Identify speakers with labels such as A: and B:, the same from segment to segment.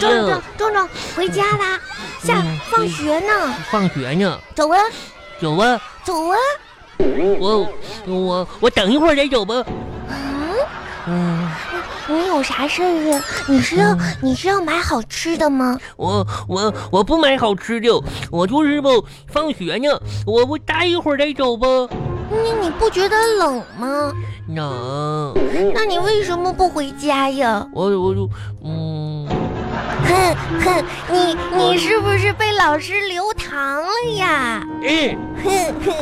A: 壮壮回家啦，下
B: 嗯
A: 放学呢，
B: 放学呢，
A: 走啊，
B: 走啊，
A: 走啊，
B: 我我我等一会儿再走吧。
A: 啊，
B: 嗯，
A: 你有啥事儿啊？你是要你是要买好吃的吗？
B: 我我我不买好吃的，我就是不放学呢，我不待一会儿再走吧。
A: 你你不觉得冷吗？
B: 那
A: 那你为什么不回家呀？
B: 我我就嗯，
A: 哼哼，你你是不是被老师留堂了呀？
B: 哎，
A: 哼哼，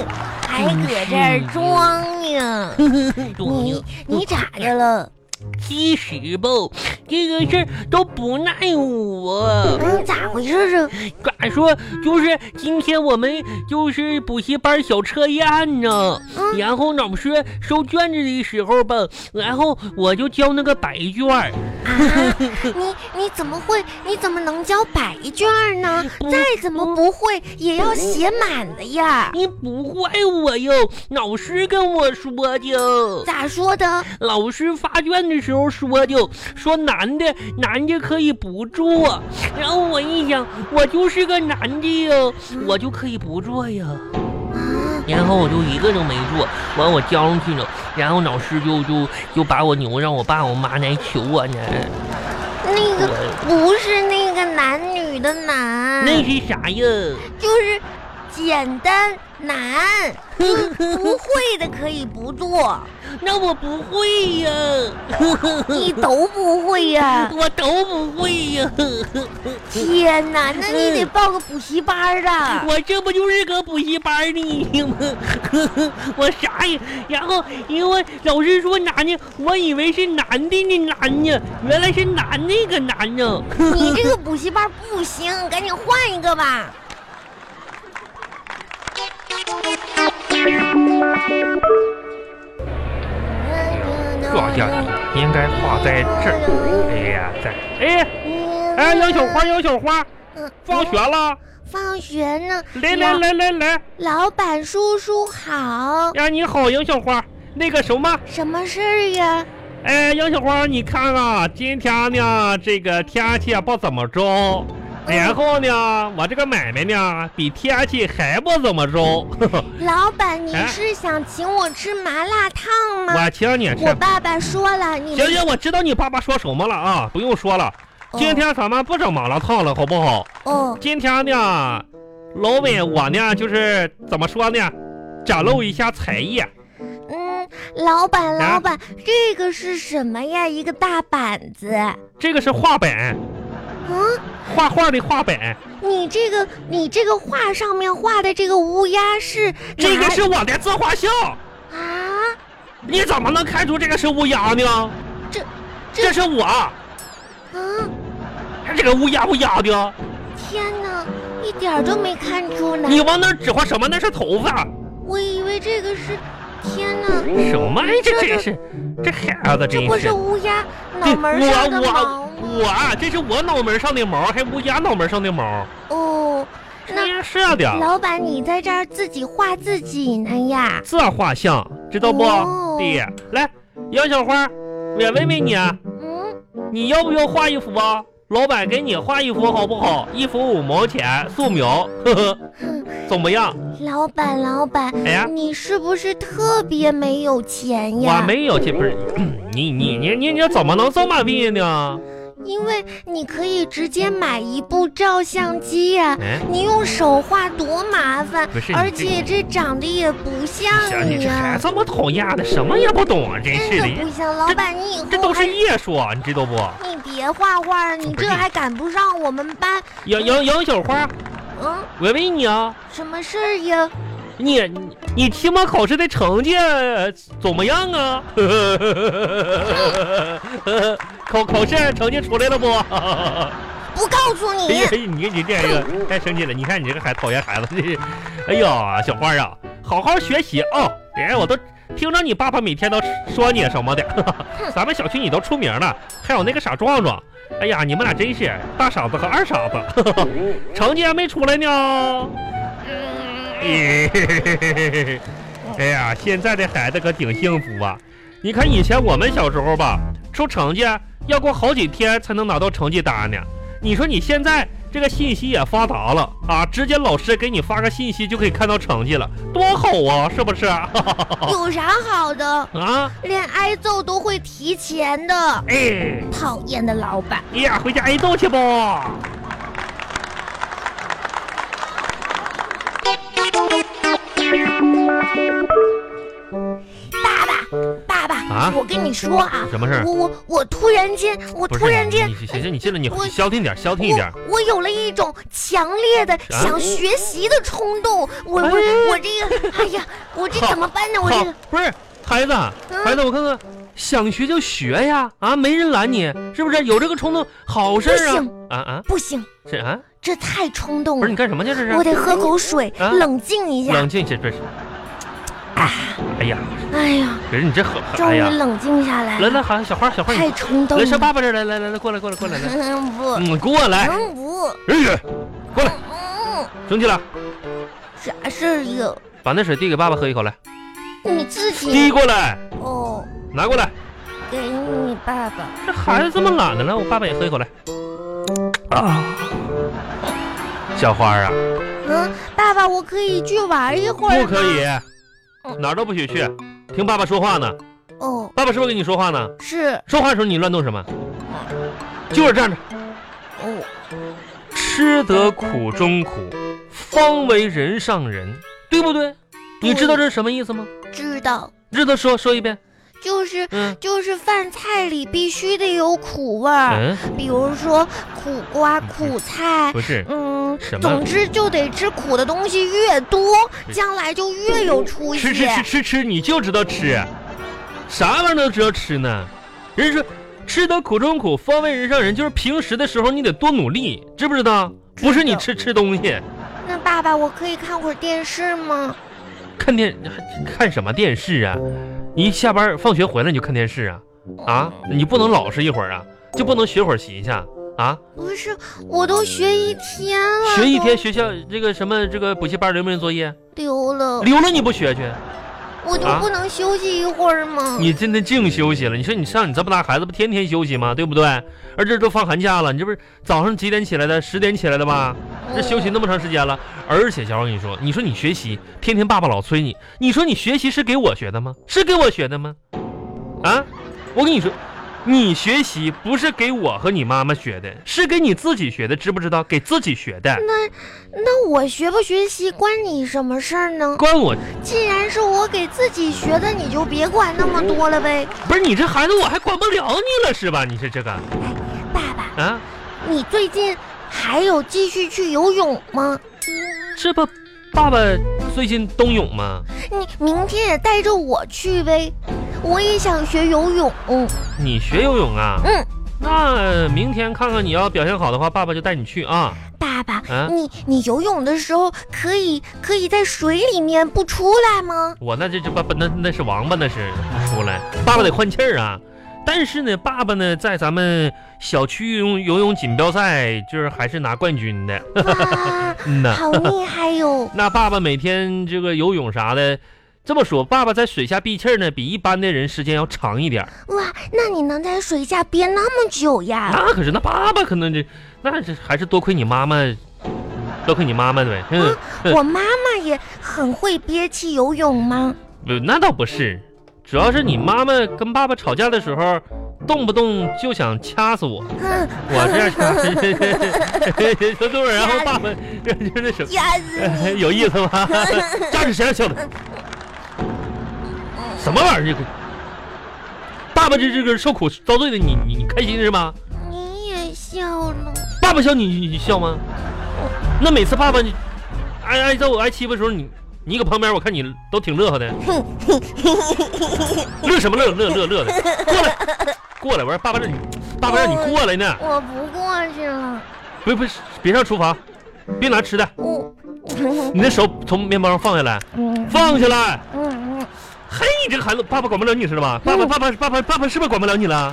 A: 还搁这儿装呀？
B: 总
A: 你你咋的了？
B: 其实吧，这个事儿都不赖我。
A: 嗯，咋回事啊？
B: 咋说？就是今天我们就是补习班小测验呢，
A: 嗯
B: 然后老师收卷子的时候吧，然后我就交那个白卷儿。
A: 啊，你你怎么会？你怎么能交白卷儿呢？再怎么不会，也要写满的呀。
B: 你不怪我哟，老师跟我说的，
A: 咋说的？
B: 老师发卷的时候说的，说男的男的可以不做。然后我一想，我就是个男的呀，我就可以不做呀。
A: 啊，
B: 然后我就一个都没做，完我交上去了，然后老师就就就把我牛让我爸我妈来求我呢，
A: 那个
B: 我
A: 不是那个男女的男，
B: 那是啥呀？
A: 就是简单难，就是不会的可以不做，
B: 那我不会呀，
A: 你都不会呀、
B: 我都不会呀，
A: 天哪，那你得报个补习班儿 啊！
B: 我这不就是个补习班的吗？我啥也，然后因为老师说男的，我以为是男的呢男呢，原来是男那个男呢。
A: 你这个补习班不行，赶紧换一个吧。
C: 哎落下去应该画在这儿。哎呀，在 哎哎，杨小花，杨小花，
A: 嗯，
C: 放学了，
A: 放学呢？
C: 来
A: 啊
C: 来来来来，
A: 老，老板叔叔好，
C: 呀，你好，杨小花，那个什么，
A: 什么事儿啊呀？
C: 哎，杨小花，你看啊，今天呢，这个天气啊不怎么着。然后呢，我这个买卖呢，比天气还不怎么着。呵呵
A: 老板，你
C: 哎
A: 是想请我吃麻辣烫吗？
C: 我请你吃
A: 我爸爸说了，你哦
C: 行行，我知道你爸爸说什么了啊，不用说了。今天咱们不整麻辣烫了，好不好？
A: 哦
C: 今天呢，老板我呢就是怎么说呢，展露一下才艺。
A: 哦嗯，老板
C: 啊
A: 老板，这个是什么呀？一个大板子啊！
C: 这个是画板，画画的画板，
A: 你这个你这个画上面画的这个乌鸦是
C: 这个
A: 哪
C: 是我的自画像。
A: 啊？
C: 你怎么能看出这个是乌鸦呢？
A: 这这
C: 这是我，
A: 啊！
C: 这个乌鸦乌鸦的。
A: 天哪，一点儿都没看出来
C: 你。往那儿指画什么？那是头发。
A: 我以为这个是，天哪，
C: 什么？哎这
A: 这
C: 真是，这孩子
A: 这
C: 真
A: 不
C: 是
A: 是。乌鸦脑
C: 对
A: 门上的毛
C: 我我我，这是我脑门上的毛，还乌鸦脑门上的毛。
A: 哦。那
C: 真是啊的，
A: 老板，你在这儿自己画自己呢呀？
C: 这画像知道不
A: 哦？
C: 对，来，杨小花，我问问你，啊
A: 嗯，
C: 你要不要画一幅啊？老板给你画一幅好不好？一幅五毛钱，素描，呵呵，怎么样？
A: 老板，老板，
C: 哎呀
A: 你是不是特别没有钱
C: 我
A: 呀？
C: 没有去，不是 你你你你你怎么能这么问呢？
A: 因为你可以直接买一部照相机呀、
C: 哎，
A: 你用手画多麻烦
C: 不是，你
A: 而
C: 这
A: 且这长得也不像
C: 行，你这孩
A: 哎呀、
C: 子么讨厌的，什么也不懂，啊真
A: 真
C: 是
A: 的
C: 的，
A: 哎不哎像。老板，你以
C: 这
A: 后
C: 都
A: 还
C: 是艺术，啊你知道不？
A: 你别画画了，你
C: 不是
A: 这还赶不上我们班。
C: 杨杨杨小花，
A: 嗯，
C: 我问你啊，
A: 什么事儿呀？
C: 你你你期末考试的成绩呃怎么样啊？ 考考试成绩出来了不？
A: 不告诉
C: 哎
A: 你
C: 呀，，你你这个太生气了！你看你这个孩子讨厌孩子，真是。哎呀，小花啊，好好学习啊！哎、我都听着你爸爸每天都说你什么的， 咱们小区你都出名了，还有那个傻壮壮。哎呀，你们俩真是大傻子和二傻子， 成绩还没出来呢。嘿嘿嘿嘿嘿嘿哎呀，现在的孩子可挺幸福啊！你看以前我们小时候吧，出成绩要过好几天才能拿到成绩单呢。你说你现在这个信息也发达了啊，直接老师给你发个信息就可以看到成绩了，多好啊，是不是？
A: 有啥好的？
C: 啊，
A: 连挨揍都会提前的，
C: 哎，
A: 讨厌的老板。
C: 你俩回家挨揍去不？
A: 爸爸，爸爸，
C: 啊
A: 我跟你说啊，
C: 什么事儿
A: 我我我突然间，我
C: 不是
A: 突然间
C: 你，行行，你进来，你
A: 我
C: 消停点，消停一点啊
A: 我。我有了一种强烈的想学习的冲动，我
C: 哎
A: 我
C: 呀
A: 我这个，哎呀，我这
C: 好
A: 怎么办呢？我
C: 好
A: 这个，，嗯
C: 不是孩子，孩子，我看看，想学就学呀，啊，没人拦你，是不是？有这个冲动，好事儿
A: 不
C: 啊
A: 行！
C: 啊啊，
A: 不行，
C: 这啊，
A: 这太冲动
C: 不是
A: 了
C: 你，干什么去这是？
A: 我得喝口水，
C: 啊
A: 冷静一下
C: 冷。静，这不是。哎呀，
A: 哎呀，
C: 可是你这好，
A: 啊终
C: 哎
A: 于
C: 呀，
A: 冷静下来
C: 来
A: 了，
C: 来，好，小花，小花，
A: 太
C: 你
A: 冲动
C: 来上
A: 了。
C: 爸爸这儿来，来来来，过来过来过来来，
A: 嗯不，
C: 嗯，过来，哎
A: 能不？
C: 瑞瑞，过来，
A: 嗯，
C: 生气了，
A: 啥事儿有？
C: 把那水递给爸爸喝一口来，
A: 你自
C: 递
A: 己
C: 过来，
A: 哦，
C: 拿过来。
A: 给你爸爸。
C: 这孩子这么懒的呢，我爸爸也喝一口来。啊，小花啊，
A: 嗯，爸爸，我可以去玩一会儿
C: 呃不
A: 吗
C: 可以，嗯哪儿都不许去，听爸爸说话呢。
A: 哦，
C: 爸爸是不是跟你说话呢？
A: 是
C: 说话的时候你乱动什么？就是站着。
A: 哦，
C: 吃得苦中苦，方为人上人，对不对？你知道这是什么意思吗？
A: 知道，
C: 知道说说一遍。
A: 就是
C: 嗯
A: 就是饭菜里必须得有苦味儿，
C: 嗯，
A: 比如说苦瓜、苦菜。
C: 不是，
A: 嗯
C: 什，么
A: 总之就得吃苦的东西越多，
C: 是
A: 将来就越有出息
C: 吃。吃吃吃吃，你就知道吃，啥玩意儿都知道吃呢。人家说吃得苦中苦，方为人上人，就是平时的时候你得多努力，知不知道？不是你吃吃东西，
A: 那爸爸，我可以看会儿电视吗？
C: 看电看什么电视啊？你一下班放学回来你就看电视啊啊！你不能老实一会儿啊，就不能学会儿习一下啊？
A: 不是，我都学一天了，
C: 学一天学校这个什么这个补习班留没留作业？
A: 都丢了，
C: 留了你不学去，
A: 我就
C: 啊
A: 不能休息一会儿吗？
C: 你真的净休息了。你说你像你这么大孩子，不天天休息吗？对不对？而这都放寒假了，你这不是早上几点起来的？十点起来的吧？这休息那么长时间了。而且小王，你说，你说你学习，天天爸爸老催你，你说你学习是给我学的吗？是给我学的吗？啊，我跟你说。你学习不是给我和你妈妈学的，是给你自己学的，知不知道？给自己学的，
A: 那我学不学习关你什么事儿呢？
C: 关我
A: 既然是我给自己学的，你就别管那么多了呗。
C: 不是你这孩子，我还管不了你了是吧？你是这个
A: 爸爸，
C: 啊？
A: 你最近还有继续去游泳吗？
C: 这不，爸爸最近冬泳吗？
A: 你明天也带着我去呗，我也想学游泳。
C: 你学游泳啊？
A: 嗯。
C: 那明天看看你要表现好的话，爸爸就带你去啊。
A: 爸爸，
C: 啊
A: 你你游泳的时候可以可以在水里面不出来 吗？
C: 我那这这爸爸那那是王八，那是不出来。爸爸得换气儿啊。但是呢，爸爸呢在咱们小区游泳游泳锦标赛，就是还是拿冠军的。
A: 哇，
C: 嗯呐，
A: 好厉害哟！
C: 那爸爸每天这个游泳啥的，这么说，爸爸在水下闭气儿呢，比一般的人时间要长一点儿。
A: 哇，那你能在水下憋那么久呀？
C: 那可是那爸爸可能这，那这还是多亏你妈妈，多亏你妈妈呗。嗯，
A: 我妈妈也很会憋气游泳吗？
C: 不，呃那倒不是，主要是你妈妈跟爸爸吵架的时候，动不动就想掐 死我，
A: 哼，
C: 我这样 掐，说对，然后爸爸这就那什
A: 压死
C: 么，
A: 你！
C: 有意思吗？这是谁笑的？什么玩意儿？这个爸爸这这个受苦遭罪的，你你你开心是吗？
A: 你也笑了，
C: 爸爸笑你你你笑吗？那每次爸爸你挨挨揍挨欺负的时候，你你搁旁边，我看你都挺乐呵的，乐什么乐乐乐乐的，过来过来，我让爸爸让你爸爸让你过来呢，
A: 我不过去了。
C: 不不别上厨房，别拿吃的，
A: 我，
C: 你的手从面包上放下来，
A: 嗯
C: 放下来。
A: 嗯
C: 嘿，你这个孩子，爸爸管不了你是吧？爸爸爸爸爸爸爸爸是不是管不了你了？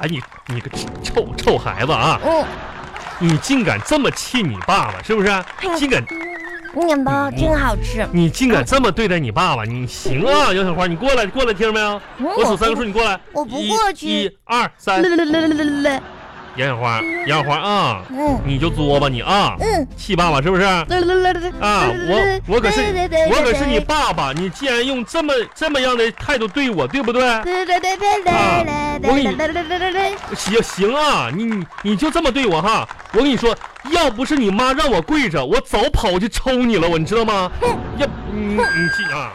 C: 哎，你你个臭臭孩子啊！
A: 嗯
C: 你竟敢这么气你爸爸，是不是？竟敢
A: 嗯，面包真好吃。
C: 你竟敢这么对待你爸爸，你行啊，杨小花，你过来，过来，听着没有？
A: 嗯
C: 我数三个数，你过来。
A: 我不
C: 一
A: 过去
C: 一二三，
A: 嘞嘞嘞嘞嘞嘞，
C: 杨小花，杨小花啊，
A: 嗯
C: 你就作吧你啊，
A: 嗯，
C: 气爸爸是不是？啊，
A: 来来来来
C: 我我可是我可是你爸爸，你竟然用这么这么样的态度对我，对不对？
A: 对对对对对对，
C: 行行啊，你你你就这么对我哈，我跟你说，要不是你妈让我跪着，我早跑去抽你了，我你知道吗？要你你去啊，